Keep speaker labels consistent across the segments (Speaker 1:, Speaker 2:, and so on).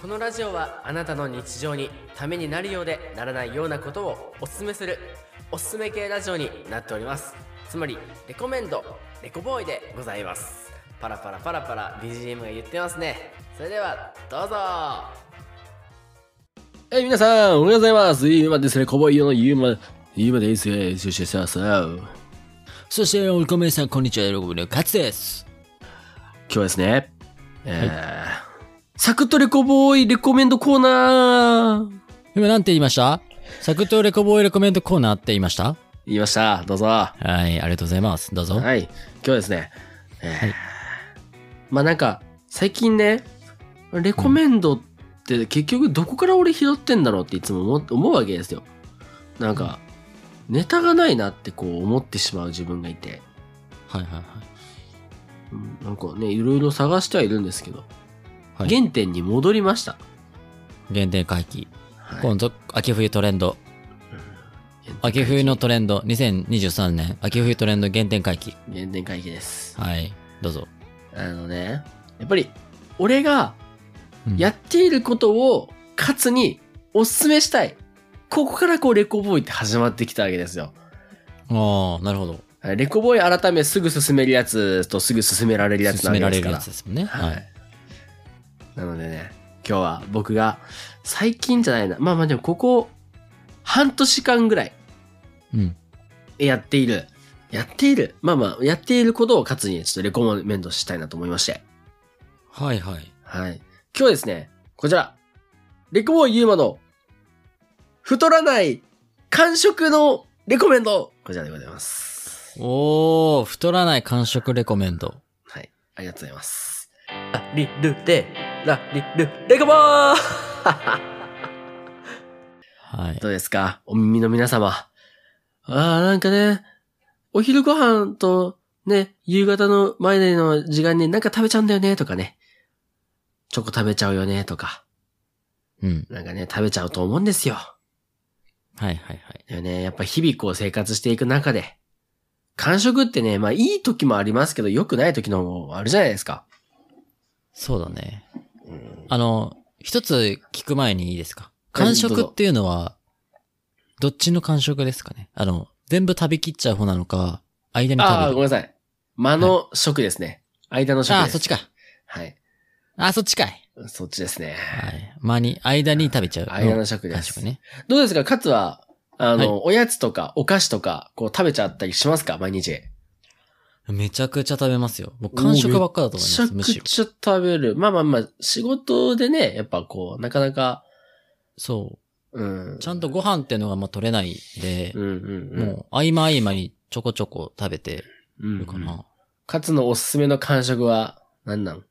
Speaker 1: このラジオはあなたの日常にためになるようでならないようなことをおすすめするおすすめ系ラジオになっておりますつまりレコメンドレコボーイでございますパラパラパラパラ BGM が言ってますねそれではどうぞ
Speaker 2: えー、皆さん、おはようございます。ゆうまですね。こぼいよのゆうま、ゆうまです。よしよしよしよし
Speaker 3: そして、おりこめさん、こんにちは。喜ぶの勝つです。
Speaker 2: 今日はですね、えーサクッとレコボーイレコメンドコーナー
Speaker 3: 今なんて言いましたサクッとレコボーイレコメントコーナーって言いました
Speaker 2: 言いました。どうぞ。は
Speaker 3: はい、ありがとうございます。どうぞ。
Speaker 2: い。今日はですね、えーまあなんか、最近ね、レコメンドって結局どこから俺拾ってんだろうっていつも思思うわけですよ。なんか、ネタがないなってこう思ってしまう自分がいて。
Speaker 3: はいはいはい。
Speaker 2: うんなんかね、いろいろ探してはいるんですけど、
Speaker 3: はい
Speaker 2: 原点に戻りました。
Speaker 3: 限定回帰。
Speaker 2: はい
Speaker 3: 今度、秋冬トレンド。秋冬のトレンド。2023年、秋冬トレンド原点回帰。
Speaker 2: 原点回帰です。
Speaker 3: はい、どうぞ。
Speaker 2: あのね、やっぱり、俺が
Speaker 3: うん
Speaker 2: やっていることを、かつにおすすめしたい。ここからこう、レコボーイって始まってきたわけですよ。
Speaker 3: ああ、なるほど。
Speaker 2: はいレコボーイ改めすぐ進めるやつとすぐ進められるやつ
Speaker 3: 進
Speaker 2: なわ
Speaker 3: めら
Speaker 2: けです
Speaker 3: れ
Speaker 2: か
Speaker 3: るや
Speaker 2: ら
Speaker 3: つ。ですもんね。
Speaker 2: は
Speaker 3: はいい。。
Speaker 2: なのでね、今日は僕が最近じゃないな。まあまあでもここ半年間ぐらい
Speaker 3: うん。
Speaker 2: やっている。やっている。まあまあ、やっていることを勝つにちょっとレコメンドしたいなと思いまして。
Speaker 3: はいはい。
Speaker 2: はい。今日ですね、こちら。レコボーイユーマの太らない完食のレコメンドこちらでございます。
Speaker 3: おー、太らない完食レコメンド。
Speaker 2: はい。ありがとうございます。
Speaker 1: ラリルでラリルレコボー
Speaker 3: はい
Speaker 2: ど。うですかお耳の皆様。ああ、なんかね、お昼ご飯とね、夕方の前での時間になんか食べちゃうんだよねとかね。チョコ食べちゃうよねとか。
Speaker 3: うん。
Speaker 2: なんかね、食べちゃうと思うんですよ。
Speaker 3: はいはいはい。
Speaker 2: だよね、やっぱ日々こう生活していく中で、間食ってね、まあいい時もありますけど、良くない時の方もあるじゃないですか。
Speaker 3: そうだね。
Speaker 2: うん、
Speaker 3: あの、一つ聞く前にいいですか完食っていうのは、どっちの完食ですかねあの、全部食べきっちゃう方なのか、間に
Speaker 2: ああ、
Speaker 3: 食
Speaker 2: ごめん
Speaker 3: べ
Speaker 2: なさ
Speaker 3: る。
Speaker 2: い。間の食ですね。間の食です。
Speaker 3: ああ、そっちか。
Speaker 2: はい。
Speaker 3: ああ、そっちかい。
Speaker 2: そっちですね。
Speaker 3: はい。間に、間に食べちゃう。
Speaker 2: 間の食で
Speaker 3: 完
Speaker 2: す。
Speaker 3: 食ね。
Speaker 2: どうですかカツは、あの、
Speaker 3: はい
Speaker 2: おやつとかお菓子とか、こう食べちゃったりしますか毎日。
Speaker 3: めちゃくちゃ食べますよ。もう完食ばっかだと
Speaker 2: め
Speaker 3: 思い
Speaker 2: ち
Speaker 3: ま
Speaker 2: ゃ
Speaker 3: す、
Speaker 2: く
Speaker 3: むしろ。
Speaker 2: ちゃ食べる。まあまあまあ、仕事でね、やっぱこう、なかなか、
Speaker 3: そ
Speaker 2: うん
Speaker 3: う。。ちゃんとご飯っていうのがまあ取れないんで
Speaker 2: う、んうんうん。
Speaker 3: もう合間合間にちょこちょこ食べて
Speaker 2: うん、
Speaker 3: るかな。
Speaker 2: カツのおすすめの感触は、何なん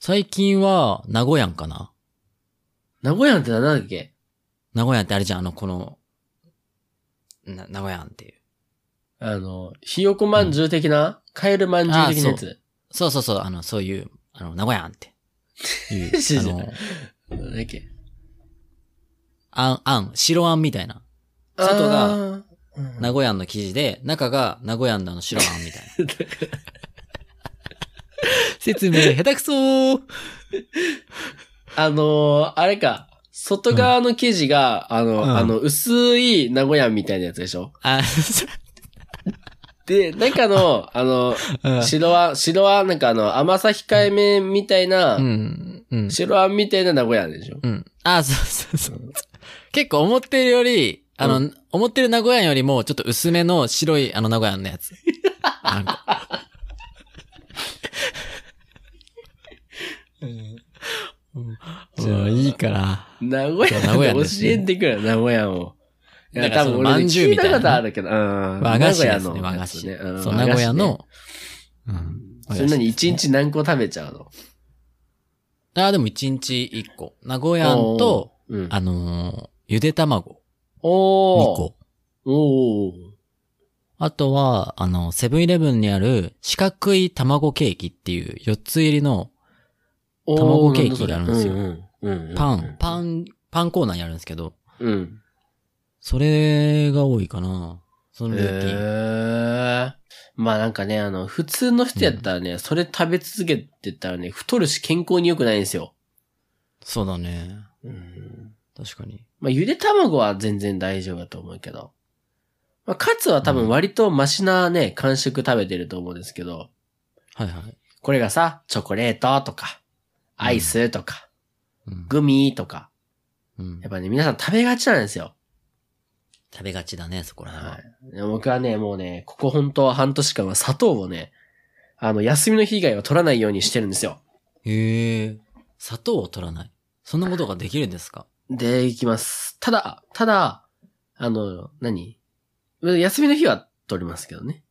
Speaker 3: 最近は、名古屋んかな
Speaker 2: 名古屋って何だっけ
Speaker 3: 名古屋ってあれじゃん、あの、この、な、名古屋んっていう。
Speaker 2: あの、ひよこまんじゅう的な、カエルまんじゅう的なやつ。
Speaker 3: そうそうそう、あの、そういう、あの、名古屋んって。いう
Speaker 2: 知ら
Speaker 3: あ
Speaker 2: ない
Speaker 3: の、
Speaker 2: 何だっけ
Speaker 3: あん、あん、白あんみたいな。外が、
Speaker 2: が、うん
Speaker 3: 名古屋の生地で、中が名古屋のあの白あんみた いな。説明、下手くそー。
Speaker 2: あのーあれか、外側の生地が、あの、
Speaker 3: うん
Speaker 2: あの、薄い名古屋みたいなやつでしょ
Speaker 3: あ、
Speaker 2: で、中 の、あの、白あん、白あん、なんかあの、甘さ控えめみたいな、
Speaker 3: うん、うん。
Speaker 2: 白あんみたいな名古屋でしょ
Speaker 3: うん。あ、そうそうそう。結構思ってるより、あの、
Speaker 2: う
Speaker 3: 思ってる名古屋よりも、ちょっと薄めの白い、あの名古屋のやつ。なんか。うん、いいから。
Speaker 2: 名古
Speaker 3: そう名古
Speaker 2: 屋で
Speaker 3: 屋
Speaker 2: 教
Speaker 3: です
Speaker 2: え
Speaker 3: ね
Speaker 2: てくれ、名古屋を。いや、
Speaker 3: なんか
Speaker 2: 多
Speaker 3: その
Speaker 2: 分俺、ね、
Speaker 3: 饅頭
Speaker 2: 聞い
Speaker 3: みた
Speaker 2: た
Speaker 3: い
Speaker 2: こ
Speaker 3: な
Speaker 2: とあるけど、うん。
Speaker 3: 和菓子ですね、
Speaker 2: 名古屋の
Speaker 3: 和
Speaker 2: や
Speaker 3: 菓
Speaker 2: つ
Speaker 3: 子。
Speaker 2: ねん
Speaker 3: そう、名古屋
Speaker 2: 和菓
Speaker 3: の。う
Speaker 2: 子ね
Speaker 3: ん。
Speaker 2: それなに一日何個食べちゃうの
Speaker 3: あ、でも一日一個。名古屋んと、、
Speaker 2: うん、
Speaker 3: あのーゆで卵2
Speaker 2: おー。
Speaker 3: 個。
Speaker 2: おー。
Speaker 3: あとは、あの、セブンイレブンにある四角い卵ケーキっていう4つ入りの
Speaker 2: おー
Speaker 3: 卵ケーキがあるんですよ
Speaker 2: なんだそれうんうんうんうん
Speaker 3: パン、パン、パンコーナーにあるんですけど、
Speaker 2: うん。
Speaker 3: それが多いかな。その
Speaker 2: へ
Speaker 3: ルーティン。
Speaker 2: ー。まあなんかね、あの、普通の人やったらね、それ食べ続けてたらね、太るし健康に良くないんですよ。
Speaker 3: そうだね。
Speaker 2: うん。
Speaker 3: 確かに。
Speaker 2: まあ、ゆで卵は全然大丈夫だと思うけど。まあ、カツは多分割とマシなね、感触食べてると思うんですけど、
Speaker 3: はいはい。
Speaker 2: これがさ、チョコレートとか、アイスとか、
Speaker 3: うん。
Speaker 2: グミとか、
Speaker 3: うん
Speaker 2: やっぱね、皆さん食べがちなんですよ。
Speaker 3: 食べがちだね、そこら辺
Speaker 2: で
Speaker 3: は。
Speaker 2: 僕はね、もうね、ここ本当は半年間は砂糖をね、あの、休みの日以外は取らないようにしてるんですよ。
Speaker 3: へえ。砂糖を取らない。そんなことができるんですか
Speaker 2: で、いきます。ただ、ただ、あの、何休みの日は取りますけどね。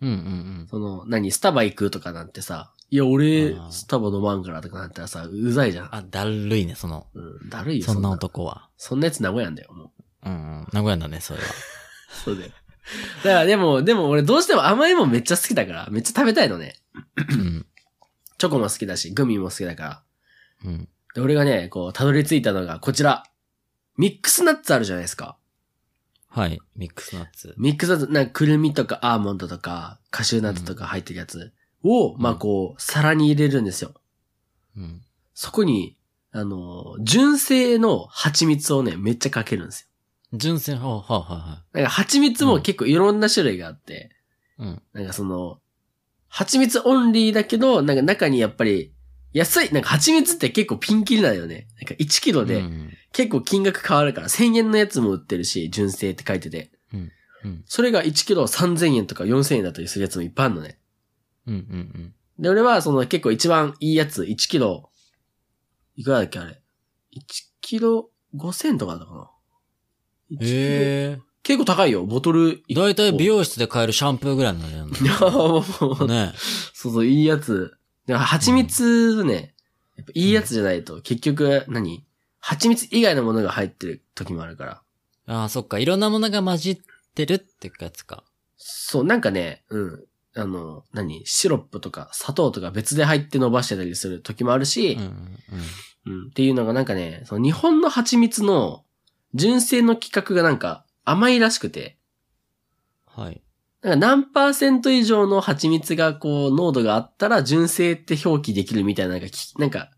Speaker 3: うんうんうん。
Speaker 2: その、何スタバ行くとかなんてさ、いや、俺
Speaker 3: あ、ー
Speaker 2: スタバ飲まんからとかなったらさ、うざいじゃん。
Speaker 3: あ、だるいね、その、
Speaker 2: うん、だるいよ、
Speaker 3: そんな。男は。
Speaker 2: そんなやつ名古屋なんだよ、もう。
Speaker 3: うんうん。名古屋だ ね、それは。
Speaker 2: そうだよ。だから、でも、でも俺どうしても甘いもんめっちゃ好きだから、めっちゃ食べたいのね。
Speaker 3: うん。
Speaker 2: チョコも好きだし、グミも好きだから。
Speaker 3: うん。
Speaker 2: で、俺がね、こう、たどり着いたのが、こちら。ミックスナッツあるじゃないですか。
Speaker 3: はい。ミックスナッツ。
Speaker 2: ミックスナッツ、なんか、くるみとかアーモンドとか、カシューナッツとか入ってるやつを、
Speaker 3: うん
Speaker 2: まあ、こう、皿に入れるんですよ。
Speaker 3: うん。
Speaker 2: そこに、あの、純正の蜂蜜をね、めっちゃかけるんです
Speaker 3: 純正、はあ、はあ、は
Speaker 2: よ。なんか、蜂蜜も結構いろんな種類があって、
Speaker 3: いはい。うん。
Speaker 2: なんかその、蜂蜜オンリーだけど、なんか中にやっぱり、安い、なんか蜂蜜って結構ピンキリなんだよね。なんか1キロで、
Speaker 3: うん
Speaker 2: 結構金額変わるから、1000円のやつも売ってるし、純正って書いてて。
Speaker 3: うんうん
Speaker 2: それが1キロ3000円とか4000円だったりするやつもいっぱいあるのね。
Speaker 3: うんうん
Speaker 2: で、俺はその結構一番いいやつ、1キロ、いくらだっけあれ。1キロ5000とかだったかな。1
Speaker 3: うん。
Speaker 2: キロ
Speaker 3: へえ。
Speaker 2: 結構高いよ、ボトル一個。
Speaker 3: だいたい美容室で買えるシャンプーぐらいなんだよね。
Speaker 2: い やもう、
Speaker 3: ね
Speaker 2: そうそう、いいやつ。で蜂蜜ね、やっぱいいやつじゃないと、結局何、蜂蜜以外のものが入ってる時もあるから。
Speaker 3: ああ、そっか。いろんなものが混じってるってやつか。
Speaker 2: そう、なんかね、うん。あの、何シロップとか砂糖とか別で入って伸ばしてたりする時もある
Speaker 3: う
Speaker 2: し
Speaker 3: んう、ん
Speaker 2: うん、っていうのがなんかね、その日本の蜂蜜の純正の規格がなんか甘いらしくて、
Speaker 3: うん。はい。
Speaker 2: なんか何パーセント以上の蜂蜜がこう濃度があったら純正って表記できるみたいななんかき、なんか、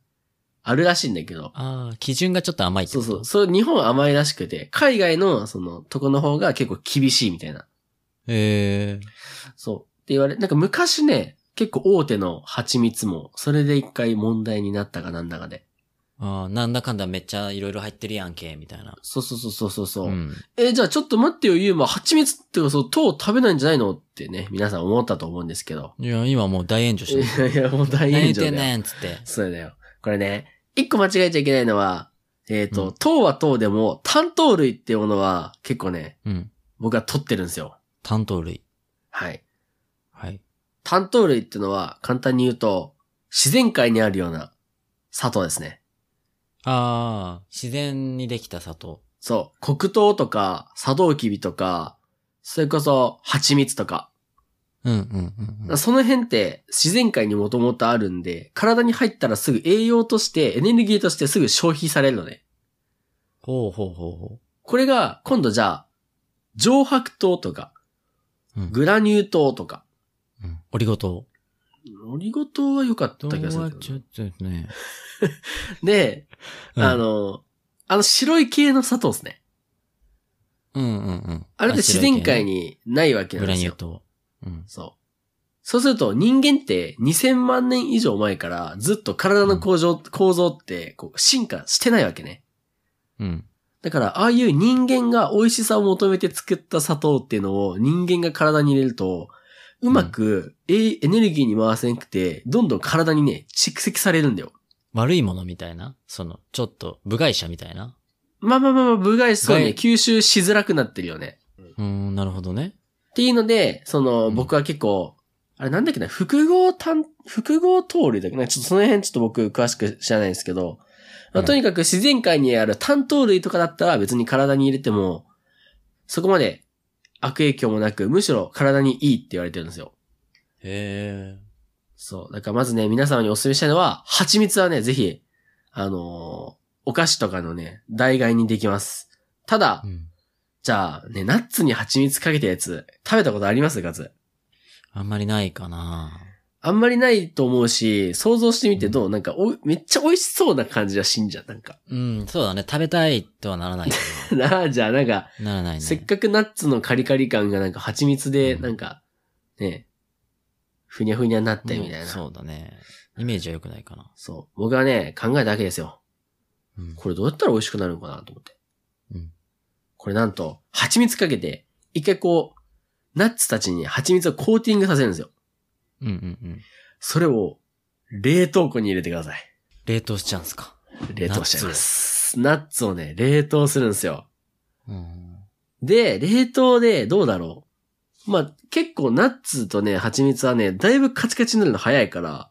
Speaker 2: あるらしいんだけど、
Speaker 3: ああ、基準がちょっと甘いって
Speaker 2: そ
Speaker 3: こ
Speaker 2: う
Speaker 3: と
Speaker 2: そう、そう日本は甘いらしくて、海外のそのとこの方が結構厳しいみたいな。
Speaker 3: へえ。
Speaker 2: そう。って言われ、なんか昔ね、結構大手の蜂蜜も、それで一回問題になったかなんだかで。
Speaker 3: ああ、なんだかんだめっちゃいろいろ入ってるやんけ、みたいな。
Speaker 2: そうそうそうそうそうそう、
Speaker 3: ん。
Speaker 2: えーじゃあちょっと待ってよ、ユーマ、蜂蜜ってか、そう、糖食べないんじゃないのってね、皆さん思ったと思うんですけど。
Speaker 3: いや、今もう大炎上してる。
Speaker 2: いやいや、もう 大炎
Speaker 3: 何言って
Speaker 2: 上
Speaker 3: ん
Speaker 2: だよ。
Speaker 3: ねんっつって。
Speaker 2: そうだよ。これね、一個間違えちゃいけないのは、えっ、と、
Speaker 3: うん
Speaker 2: 糖は糖でも、単糖類っていうものは、結構ね、
Speaker 3: うん。
Speaker 2: 僕は取ってるんですよ。
Speaker 3: 担当類。
Speaker 2: はい。
Speaker 3: はい。
Speaker 2: 単糖類ってのは、簡単に言うと、自然界にあるような砂糖ですね。
Speaker 3: ああ、自然にできた砂糖。
Speaker 2: そう。黒糖とか、砂糖きびとか、それこそ、蜂蜜とか。
Speaker 3: うんうんうんうん。
Speaker 2: その辺って、自然界にもともとあるんで、体に入ったらすぐ栄養として、エネルギーとしてすぐ消費されるのね。
Speaker 3: ほうほうほうほ
Speaker 2: これが、今度じゃあ、上白糖とか、
Speaker 3: う。うん。
Speaker 2: グラニュー糖とか。
Speaker 3: うんオリゴ糖。
Speaker 2: オリゴ糖は良かった
Speaker 3: 糖
Speaker 2: 気がする
Speaker 3: は
Speaker 2: けど
Speaker 3: ちょっとね。
Speaker 2: で、
Speaker 3: うん
Speaker 2: あ、の、あの白い系の砂糖ですね。
Speaker 3: うんうんうん。
Speaker 2: あれって自然界にないわけな
Speaker 3: ブ
Speaker 2: んで
Speaker 3: ラ
Speaker 2: す
Speaker 3: ニュー
Speaker 2: よ。
Speaker 3: 糖。うん。
Speaker 2: そう。そうすると人間って2000万年以上前からずっと体の構造,、構造ってこう進化してないわけね。
Speaker 3: うん。
Speaker 2: だからああいう人間が美味しさを求めて作った砂糖っていうのを人間が体に入れると、うまく、えいエネルギーに回せなくて、どんどん体にね、蓄積されるんだよ。
Speaker 3: 悪いものみたいなその、ちょっと、部外者みたいな
Speaker 2: まあまあまあまあ、部外そうね、
Speaker 3: 害
Speaker 2: 吸収しづらくなってるよね。
Speaker 3: うーん、なるほどね。
Speaker 2: っていうので、その、
Speaker 3: うん
Speaker 2: 僕は結構、あれなんだっけな、複合単、複合糖類だっけな、ちょっとその辺ちょっと僕詳しく知らないんですけど、まあ
Speaker 3: うん
Speaker 2: とにかく自然界にある単糖類とかだったら別に体に入れても、そこまで悪影響もなく、むしろ体にいいって言われてるんですよ。
Speaker 3: へえ。
Speaker 2: そう。だからまずね、皆様にお勧めしたいのは、蜂蜜はね、ぜひ、あのーお菓子とかのね、代替にできます。ただ
Speaker 3: う、ん。
Speaker 2: じゃあね、ナッツに蜂蜜かけたやつ、食べたことありますガツ。
Speaker 3: あんまりないかな
Speaker 2: あんまりないと思うし、想像してみてどうなんかお、めっちゃ美味しそうな感じはしんじゃん、なんか。
Speaker 3: うん、そうだね。食べたいとはならないよ
Speaker 2: なあ、じゃあなんか、
Speaker 3: ね。ならないね。
Speaker 2: せっかくナッツのカリカリ感がなんか蜂蜜で、なんか、ね、ふにゃふにゃになってみたいな。
Speaker 3: うん
Speaker 2: そう。
Speaker 3: そうだね。イメージは良くないかな。
Speaker 2: 僕はね、考えたわけですよ。
Speaker 3: うん。
Speaker 2: これどうやったら美味しくなるのかなと思って。
Speaker 3: うん
Speaker 2: これなんと、蜂蜜かけて、一回こう、ナッツたちに蜂蜜をコーティングさせるんですよ。
Speaker 3: うんうんうん。
Speaker 2: それを、冷凍庫に入れてください。
Speaker 3: 冷凍しちゃうんすか。
Speaker 2: 冷凍しちゃいます。ナッツをね、冷凍するんですよ。
Speaker 3: うん。
Speaker 2: で、冷凍でどうだろう。まあ、結構ナッツとね、蜂蜜はね、だいぶカチカチになるの早いから、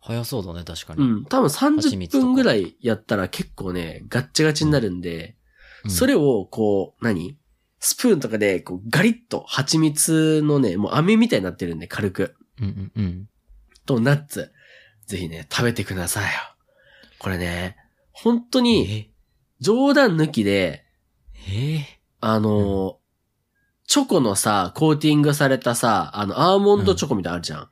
Speaker 3: 早そうだね、確かに。
Speaker 2: うん、多分
Speaker 3: 蜂
Speaker 2: 30
Speaker 3: 蜜とか
Speaker 2: 分ぐらいやったら結構ね、ガッチガチになるんで、
Speaker 3: うん
Speaker 2: それをこう、何スプーンとかで、こう、ガリッと蜂蜜のね、もう飴みたいになってるんで、軽く。
Speaker 3: うんうんうん。
Speaker 2: とナッツ。ぜひね、食べてくださいよ。これね、本当に、冗談抜きで、
Speaker 3: ええ
Speaker 2: あのーチョコのさ、コーティングされたさ、あの、アーモンドチョコみたいなのあるじゃん。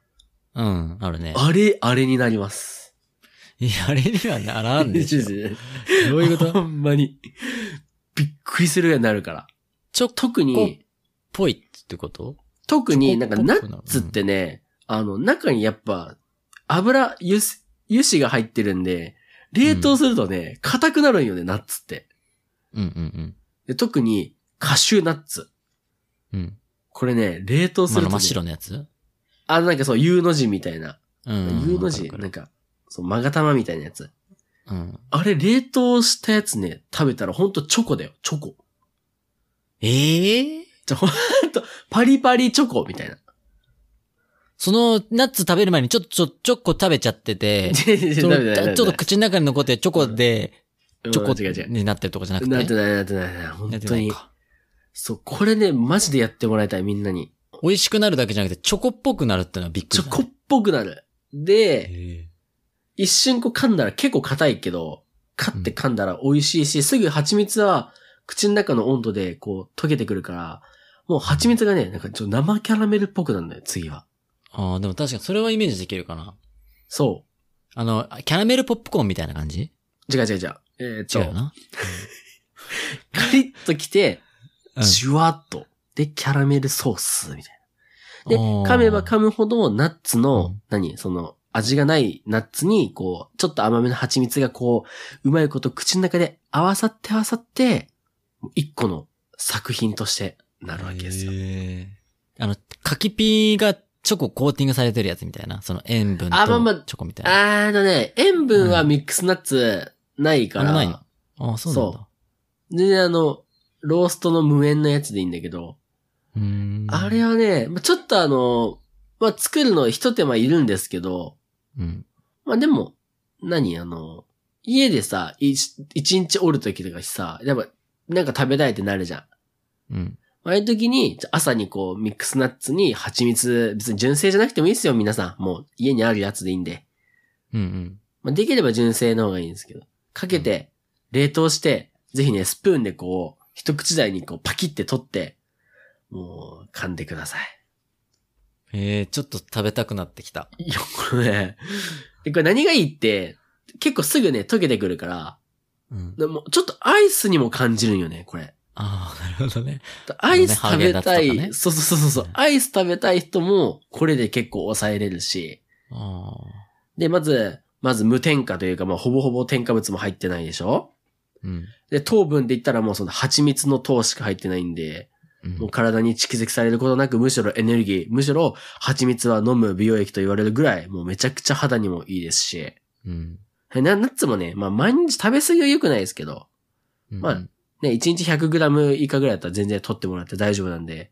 Speaker 3: うん、あるね。
Speaker 2: あれ、あれになります。
Speaker 3: いや、あれにはなら んでしょ。
Speaker 2: マジで
Speaker 3: どういうこと
Speaker 2: ほんまに。びっくりするようになるから。
Speaker 3: チョコ
Speaker 2: 特に、
Speaker 3: ぽいってこと
Speaker 2: 特に
Speaker 3: チ
Speaker 2: な
Speaker 3: ョ
Speaker 2: ん
Speaker 3: コ
Speaker 2: か
Speaker 3: っぽくな
Speaker 2: ナ
Speaker 3: る
Speaker 2: ッツってね、あの、中にやっぱ、油、油脂油脂が入ってるんで、冷凍するとね、硬くなるんよね、ナッツって。
Speaker 3: うんうん
Speaker 2: で特に、カシューナッツ。
Speaker 3: うん。うん。
Speaker 2: これね、冷凍する
Speaker 3: 今の
Speaker 2: と、ね
Speaker 3: 真っ。白のやつ
Speaker 2: あの、なんかそう、U の字みたいな。
Speaker 3: うん。
Speaker 2: U の字、
Speaker 3: わか
Speaker 2: なん
Speaker 3: る
Speaker 2: か、そう、まがたまみたいなやつ。
Speaker 3: わかるうん。
Speaker 2: あれ、冷凍したやつね、食べたらほんとチョコだよ、チョコ。
Speaker 3: ええ
Speaker 2: じゃ、ほんと、パリパリチョコみたいな。
Speaker 3: その、ナッツ食べる前にちょっと、ちょ、チョコ食べちゃって て、
Speaker 2: ちょ
Speaker 3: そのちょっと口の中に残ってチョコで、チョコ
Speaker 2: 違う違う。
Speaker 3: になってるとこじゃなくて。
Speaker 2: なってないなってないなってない。本
Speaker 3: なって
Speaker 2: 当
Speaker 3: ない
Speaker 2: に。
Speaker 3: か。
Speaker 2: そう、これね、マジでやってもらいたい、みんなに。
Speaker 3: 美味しくなるだけじゃなくて、チョコっぽくなるってのはびっく
Speaker 2: チ
Speaker 3: り
Speaker 2: ョ
Speaker 3: だ。
Speaker 2: コっぽくなる。で、
Speaker 3: え
Speaker 2: 一瞬こう噛んだら結構硬いけど、噛って噛んだら美味しいし、すぐ蜂蜜は口の中の温度でこう溶けてくるから、もう蜂蜜がね、なんかちょっと生キャラメルっぽくなるんだよ、次は。
Speaker 3: えああ、でも確かにそれはイメージできるかな。
Speaker 2: そ
Speaker 3: あの、キャラメルポップコーンみたいな感じ
Speaker 2: う。違う違う違う。えーっ
Speaker 3: 違
Speaker 2: と、
Speaker 3: うよな。
Speaker 2: カリッときて、
Speaker 3: うん
Speaker 2: ジュワッと。で、キャラメルソース、みたいな。で、
Speaker 3: おー
Speaker 2: 噛めば噛むほど、ナッツの、
Speaker 3: うん
Speaker 2: 何その、味がないナッツに、こう、ちょっと甘めの蜂蜜がこう、うまいこと口の中で合わさって合わさって、一個の作品としてなるわけですよ。
Speaker 3: へーあの、柿ピーがチョココーティングされてるやつみたいな。その塩分と
Speaker 2: あまあまあ
Speaker 3: チョコみたいな。あ、
Speaker 2: あのね、塩分はミックスナッツないから、
Speaker 3: うんあんまないのあ、そうなんだ。
Speaker 2: 全然あの、ローストの無塩のやつでいいんだけど、
Speaker 3: うーん
Speaker 2: あれはね、まあちょっとあの、まあ、作るの一手間いるんですけど、
Speaker 3: うん。
Speaker 2: まあ、でも、何あの、家でさ、い一日おるときとかさ、やっぱ、なんか食べたいってなるじゃん。
Speaker 3: うん。
Speaker 2: ああいう時に、じゃあ朝にこう、ミックスナッツに蜂蜜、別に純正じゃなくてもいいですよ、皆さん。もう、家にあるやつでいいんで。
Speaker 3: うんうん。
Speaker 2: まあ、できれば純正の方がいいんですけど。かけて、冷凍して、ぜひね、スプーンでこう、一口大にこう、パキって取って、もう、噛んでください。
Speaker 3: えー、ちょっと食べたくなってきた。
Speaker 2: いや、これね、でこれ何がいいって、結構すぐね、溶けてくるから、
Speaker 3: うん。
Speaker 2: でもちょっとアイスにも感じるんよね、これ。
Speaker 3: ああ、なるほどね。
Speaker 2: アイス
Speaker 3: あの
Speaker 2: 食
Speaker 3: ね
Speaker 2: べた
Speaker 3: ハーゲ
Speaker 2: い、
Speaker 3: ンダッツとかね
Speaker 2: そうそうそうそう、
Speaker 3: うん
Speaker 2: アイス食べたい人も、これで結構抑えれるし、
Speaker 3: ああ。
Speaker 2: で、まず、まず無添加というか、まあ、ほぼほぼ添加物も入ってないでしょ
Speaker 3: うん。
Speaker 2: で、糖分で言ったらもうその蜂蜜の糖しか入ってないんで、
Speaker 3: うん
Speaker 2: もう体に蓄積されることなく、むしろエネルギー、むしろ蜂蜜は飲む美容液と言われるぐらい、もうめちゃくちゃ肌にもいいですし、
Speaker 3: うん。
Speaker 2: な、ナッツもね、まあ毎日食べ過ぎは良くないですけど、
Speaker 3: うん
Speaker 2: まあね、1日 100g 以下ぐらいだったら全然取ってもらって大丈夫なんで、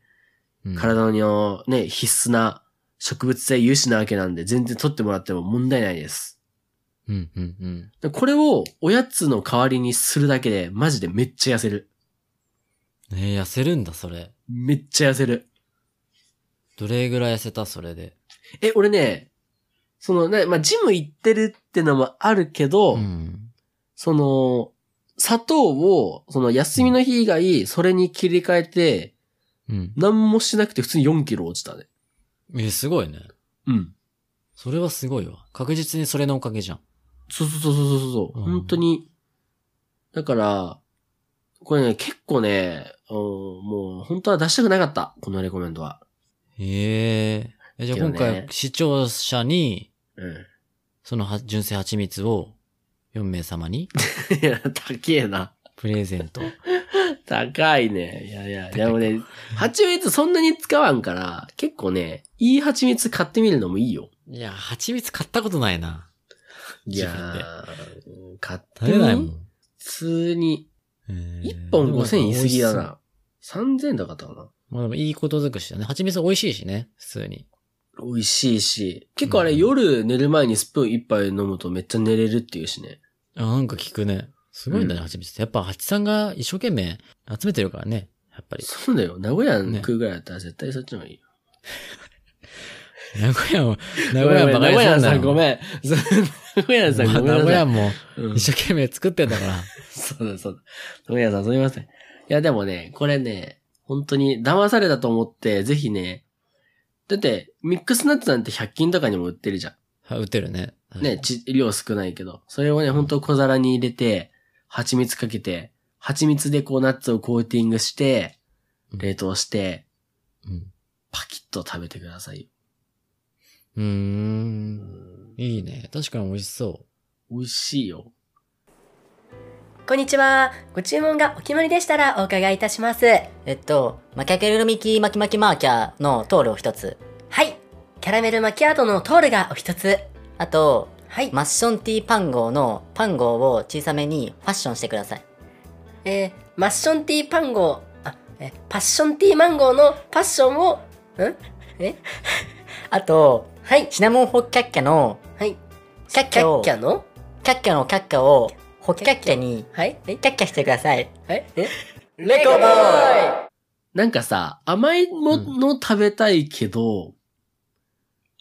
Speaker 3: うん
Speaker 2: 体のね、必須な植物性油脂なわけなんで、全然取ってもらっても問題ないです。
Speaker 3: うんうんうん。
Speaker 2: でこれをおやつの代わりにするだけで、マジでめっちゃ痩せる。
Speaker 3: えー、痩せるんだ、それ。
Speaker 2: めっちゃ痩せる。
Speaker 3: どれぐらい痩せた、それで。
Speaker 2: え、俺ね、そのね、まあジム行ってるってのもあるけど、
Speaker 3: うん。
Speaker 2: その、砂糖を、その休みの日以外、それに切り替えて、
Speaker 3: うん。
Speaker 2: 何もしなくて普通に4キロ落ちたね。
Speaker 3: えー、すごいね。
Speaker 2: うん。
Speaker 3: それはすごいわ。確実にそれのおかげじゃん。
Speaker 2: そうそうそうそうそうそう、
Speaker 3: うん
Speaker 2: 本当に。だから、これね、結構ね、うんもう本当は出したくなかった。このレコメンドは。
Speaker 3: へえ。えじゃあ
Speaker 2: けど
Speaker 3: 今
Speaker 2: ね
Speaker 3: 回、視聴者に、
Speaker 2: うん。
Speaker 3: そのは純正蜂蜜を4名 様に
Speaker 2: いや、高えな。
Speaker 3: プレゼント。
Speaker 2: 高いね。いやいや、
Speaker 3: 高いか
Speaker 2: でもね、蜂蜜そんなに使わんから、結構ね、いい蜂蜜買ってみるのもいいよ。
Speaker 3: いや、蜂蜜買ったことないな。
Speaker 2: いや
Speaker 3: 自
Speaker 2: ー、うん買って
Speaker 3: 食べないもん。
Speaker 2: 普通に、
Speaker 3: 一
Speaker 2: 1本5000円言い過ぎだ。な。3000だったかな。
Speaker 3: まあでもいいこと尽くしだね。蜂蜜美味しいしね、普通に。
Speaker 2: 美味しいし、結構あれ、
Speaker 3: うん
Speaker 2: 夜寝る前にスプーン1杯飲むとめっちゃ寝れるっていうしね。
Speaker 3: あ、なんか聞くね。すごいんだね、
Speaker 2: うん
Speaker 3: 蜂蜜って。やっぱ蜂さんが一生懸命集めてるからね、やっぱり。
Speaker 2: そうだよ。名古屋に食うぐらいだったら絶対そっちの方がいいよ。
Speaker 3: 名古屋も、名古屋ばかり
Speaker 2: 名古屋
Speaker 3: す
Speaker 2: さ
Speaker 3: ん
Speaker 2: ん
Speaker 3: だ
Speaker 2: ご
Speaker 3: よ。
Speaker 2: めん。そう名古屋さんごめん
Speaker 3: まあ
Speaker 2: なさい。
Speaker 3: 名古屋も
Speaker 2: うん
Speaker 3: 一生懸命作ってんだから。
Speaker 2: そうだそうだ。富谷さんすみません。いやでもね、これね、本当に騙されたと思って、ぜひね、だって、ミックスナッツなんて100均とかにも売ってるじゃ
Speaker 3: は打てるね。
Speaker 2: ん。ね、ち量少ないけど。それをね、本当小皿に入れて、蜂蜜かけて、蜂蜜でこうナッツをコーティングして、
Speaker 3: うん
Speaker 2: 冷凍して、
Speaker 3: うん。
Speaker 2: パキッと食べてくださいよ。
Speaker 3: うーん。いいね。確かに美味しそ
Speaker 2: 美味しいよ。
Speaker 4: こんにちは。ご注文がお決まりでしたらお伺いいたします。
Speaker 5: えっと、マキャケルミキマキマキマーキャのトールを一つ。
Speaker 4: はい。キャラメルマキアートのトールがお一つ。
Speaker 5: あと、
Speaker 4: はい。
Speaker 5: マッションティーパンゴーのパンゴーを小さめにファッションしてください。
Speaker 4: えー、マッションティーパンゴー、あ、えー、パッションティーマンゴーのパッションを、ん
Speaker 5: あと、
Speaker 4: はい。
Speaker 5: シナモンホッキャッキャの、
Speaker 4: はい。
Speaker 5: キャッキャを
Speaker 4: キャッキャの
Speaker 5: キャッキャのキャッキャを、ホッキャッキャに、
Speaker 4: はい。え
Speaker 5: キャッキャしてください。
Speaker 4: はい。え
Speaker 5: レコボー
Speaker 4: イ
Speaker 2: なんかさ、甘いもの食べたいけど、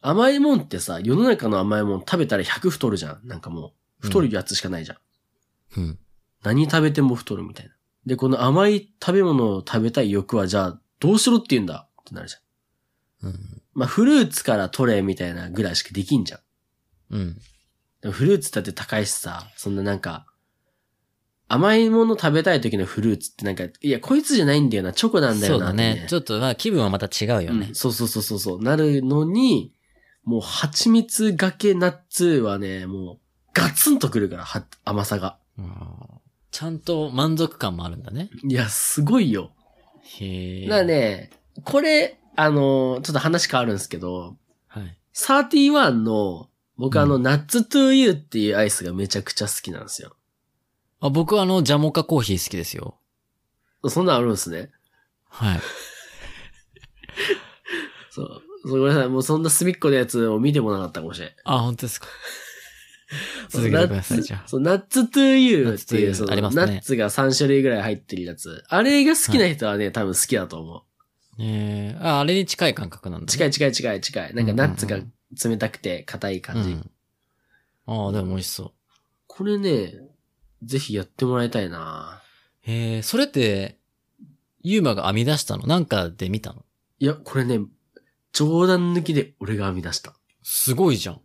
Speaker 2: 甘いもんってさ、世の中の甘いもん食べたら100太るじゃん。なんかもう、太るやつしかないじゃん。
Speaker 3: う。うん。
Speaker 2: 何食べても太るみたいな。で、この甘い食べ物を食べたい欲は、じゃあ、どうしろって言うんだってなるじゃん。
Speaker 3: うん。
Speaker 2: まあ、フルーツから取れみたいなぐらいしかできんじゃん。
Speaker 3: うん。
Speaker 2: でもフルーツだって高いしさ、そんななんか、甘いもの食べたい時のフルーツってなんか、いや、こいつじゃないんだよな、チョコなんだ
Speaker 3: そ
Speaker 2: よ
Speaker 3: う
Speaker 2: なっ
Speaker 3: だ
Speaker 2: て、
Speaker 3: ね。ちょっとまあ気分はまた違うよね。
Speaker 2: うんそうそうそうそうそう。なるのに、もう蜂蜜がけナッツはね、もうガツンとくるから、は甘さが。
Speaker 3: ちゃんと満足感もあるんだね。
Speaker 2: いや、すごいよ。
Speaker 3: へえ。
Speaker 2: なね、これ、あの、ちょっと話変わるんですけど、
Speaker 3: はい。
Speaker 2: 31の、僕あの、
Speaker 3: う
Speaker 2: ナッツトゥーユーっていうアイスがめちゃくちゃ好きなんですよ。
Speaker 3: あ、僕はあの、ジャモカコーヒー好きですよ。
Speaker 2: そんなんあるんですね。
Speaker 3: はい。
Speaker 2: そう。そうごめんなさい。もうそんな隅っこのやつを見てもなかったかもしれん。
Speaker 3: あ、本当ですか。続けてください、じゃ
Speaker 2: ナッツ
Speaker 3: あ。
Speaker 2: そう、ナッツトゥーユーってい
Speaker 3: ナッツトゥーユー
Speaker 2: う、その、
Speaker 3: ありますね
Speaker 2: ナッツが3種類ぐらい入ってるやつ。あれが好きな人はね、多分好きだと思
Speaker 3: えー、あ、あれに近い感覚なんだ、
Speaker 2: う。近
Speaker 3: い
Speaker 2: い近い近い近い。なんかナッツが冷たくて硬い感じ。
Speaker 3: うん。ああ、でも美味しそう。
Speaker 2: これね、ぜひやってもらいたいな
Speaker 3: へえ、それって、ユーマが編み出したのなんかで見たの
Speaker 2: いや、これね、冗談抜きで俺が編み出した。
Speaker 3: すごいじゃん。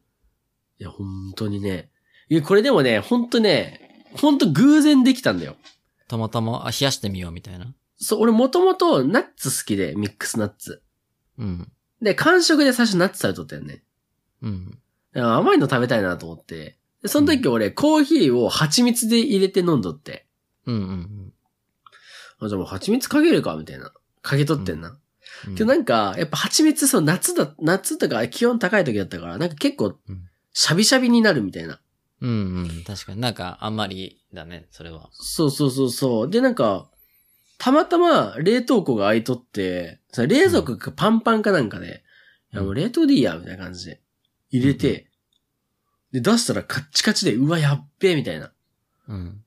Speaker 2: いや、本当にね。いや、これでもね、本当ね、本当偶然できたんだよ。
Speaker 3: たまたま、あ、冷やしてみようみたいな。
Speaker 2: そう、俺もともとナッツ好きで、ミックスナッツ。
Speaker 3: うん。
Speaker 2: で、完食で最初ナッツ食べとったよね。
Speaker 3: うん。
Speaker 2: だから甘いの食べたいなと思って。で、その時俺、コーヒーを蜂蜜で入れて飲んどって。
Speaker 3: うんうんうん。
Speaker 2: あ、じゃあもう蜂蜜かけるかみたいな。かけとってんな。
Speaker 3: うん
Speaker 2: けどなんか、やっぱ蜂蜜、そう、夏だ、夏とか気温高い時だったから、なんか結構
Speaker 3: うん、
Speaker 2: シャビシャビになるみたいな。
Speaker 3: うんうん。確かになんか、あんまりだね、それは。
Speaker 2: そうそうそうそう。で、なんか、たまたま冷凍庫が開いとって、その冷蔵庫がパンパンかなんかで、いやもう冷凍でいいや、みたいな感じで。入れて、で、出したらカッチカチで、うわ、やっべえ、みたいな。
Speaker 3: うん。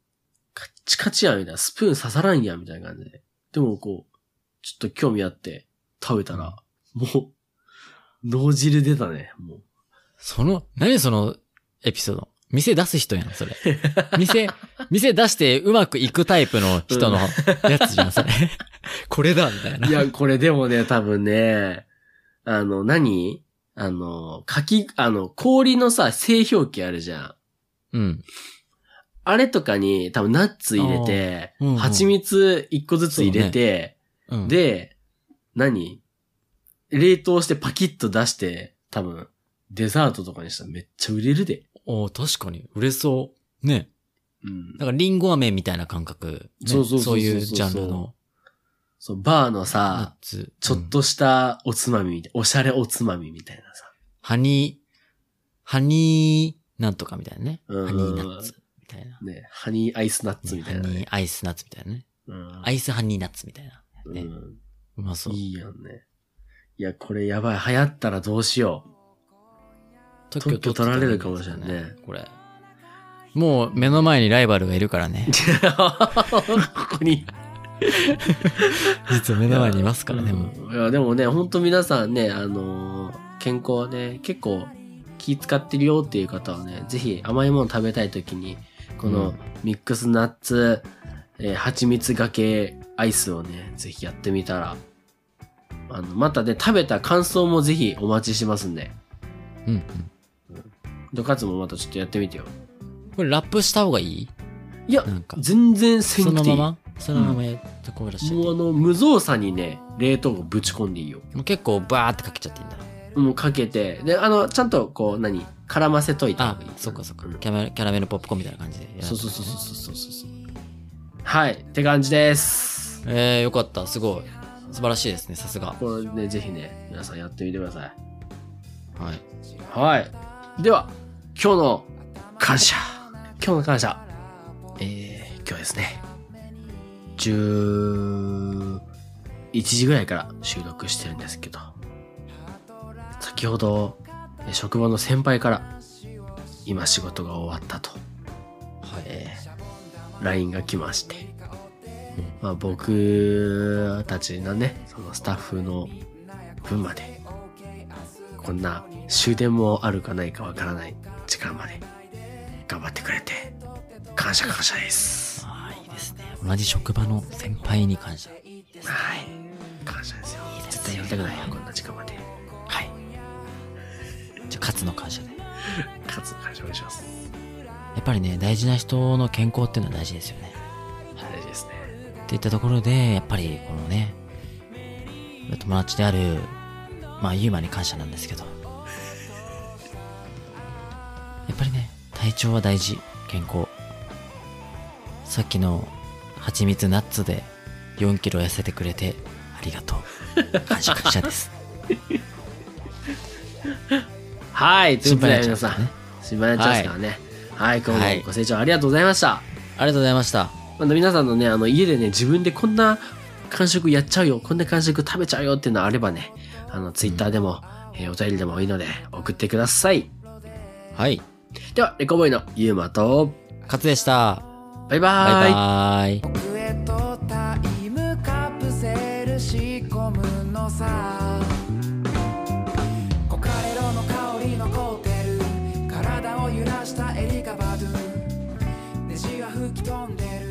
Speaker 2: カッチカチや、みたいな。スプーン刺さらんや、みたいな感じで。でもこう、ちょっと興味あって、食べたら、もう、脳汁出たね、もう。
Speaker 3: その、何そのエピソード。店出す人やん、それ。 店、店出してうまくいくタイプの人のやつじゃん、そ れ。 これだ、みたいな。
Speaker 2: いや、これでもね、多分ね、あの、何あの、かき、あの、氷のさ、製氷機あるじゃん。
Speaker 3: うん。
Speaker 2: あれとかに多分ナッツ入れて、
Speaker 3: あーうんうん
Speaker 2: 蜂蜜一個ずつ入れて、
Speaker 3: うん、
Speaker 2: で、何冷凍してパキッと出して、多分、デザートとかにしたらめっちゃ売れるで。
Speaker 3: おー確かに、売れそう。ね。
Speaker 2: うん
Speaker 3: だ。からリンゴ飴みたいな感覚、ね。
Speaker 2: そうそうそうそう
Speaker 3: そういうジャンルの
Speaker 2: そう、バーの
Speaker 3: ナッ
Speaker 2: さ、
Speaker 3: ツ。
Speaker 2: ちょっ
Speaker 3: うん
Speaker 2: としたおつまみみたい、おしゃれおつまみみたいなさ。
Speaker 3: ハニー、ハニーなんとかみたいなね。
Speaker 2: うん
Speaker 3: ハニーナッツみたいな。
Speaker 2: ね、ハニーアイスナッツみたいな
Speaker 3: ハ
Speaker 2: ね
Speaker 3: ニー。アイスナッツみたいなね。
Speaker 2: うん
Speaker 3: アイスハニーナッツみたいな。ね
Speaker 2: うん
Speaker 3: うまそう。
Speaker 2: いいやんね。いや、これやばい。流行ったらどうしよ
Speaker 3: 特
Speaker 2: 特許取られるかもしれないね。
Speaker 3: これ。もう目の前にライバルがいるからね。
Speaker 2: う。ここに。
Speaker 3: 実は目の前にいますからね、もう。
Speaker 2: うんいや、でもね、ほんと皆さんね、あのー健康はね、結構気使ってるよっていう方はね、ぜひ甘いもの食べたい時に、こ
Speaker 3: う
Speaker 2: の
Speaker 3: ん
Speaker 2: ミックスナッツ、えー蜂蜜がけアイスをね、ぜひやってみたら、あの、またね、食べた感想もぜひお待ちしてますんで、
Speaker 3: うんうん。
Speaker 2: ドカツもまたちょっとやってみてよ。
Speaker 3: これラップした方がいい
Speaker 2: いや、
Speaker 3: なんか。
Speaker 2: 全然せん
Speaker 3: そ
Speaker 2: く
Speaker 3: の
Speaker 2: ていい。
Speaker 3: ままそのままやってこうらっしゃ
Speaker 2: もうあの、無造作にね、冷凍庫ぶち込んでいいよ。
Speaker 3: もう結構バーってかけちゃっていいんだ。
Speaker 2: もうかけて、で、あの、ちゃんとこう、何絡ませといた
Speaker 3: あ
Speaker 2: 方がいい。、
Speaker 3: そっかそっか
Speaker 2: ん。
Speaker 3: キャラメルキャラメルポップコーンみたいな感じでやる。
Speaker 2: そうそうそうそうそうそうそう。はい、って感じです。
Speaker 3: えー、よかった。すごい。素晴らしいですね。さすが。は
Speaker 2: これね、ぜひね、皆さんやってみてください。
Speaker 3: い。
Speaker 2: はい。では、今日の感謝。今日の感謝。えー、今日ですね。11時ぐらいから収録してるんですけど、先ほど、え職場の先輩から、今仕事が終わったと、えー LINE が来まして、まあ、僕たちのね、そのスタッフの分まで、こんな終電もあるかないかわからない時間まで頑張ってくれて感謝感謝です。
Speaker 3: あーいいですね。同じ職場の先輩に感謝。
Speaker 2: はい。感謝ですよ。絶対やりたくないよ、こんな時間まで。はい。
Speaker 3: じゃあ、勝つの感謝で。や
Speaker 2: 勝つ感謝お願いします。
Speaker 3: っぱりね、大事な人の健康っていうのは大事ですよね。
Speaker 2: 大事ですね。
Speaker 3: っていったところで、やっぱりこのね、友達である、まあ、ユーマに感謝なんですけど。やっぱりね、体調は大事、健康。さっきの蜂蜜ナッツで4キロ痩せてくれてありがとう。感謝感謝 です。
Speaker 2: はい。ということで皆
Speaker 3: 心配になっちゃ
Speaker 2: さ
Speaker 3: うんですね、
Speaker 2: 心配になっちゃいますからね。はい、今
Speaker 3: は
Speaker 2: 日
Speaker 3: い
Speaker 2: もご清聴ありがとうございました。
Speaker 3: ありがとうございました。
Speaker 2: また皆さんのね、あの家でね、自分でこんな感触やっちゃうよ、こんな感触食べちゃうよっていうのあればね、あの、ツイッターでも、えーお便りでもいいので送ってください。
Speaker 3: はい。
Speaker 2: では、レコボーイのユーマと、
Speaker 3: カツでした。
Speaker 2: バイバ
Speaker 3: バ
Speaker 2: ーイ
Speaker 3: イバーイ。
Speaker 6: 僕へとタイムカプセル仕込むのさコカレロの香り残ってる体を揺らしたエリカバドゥネジが吹き飛んでる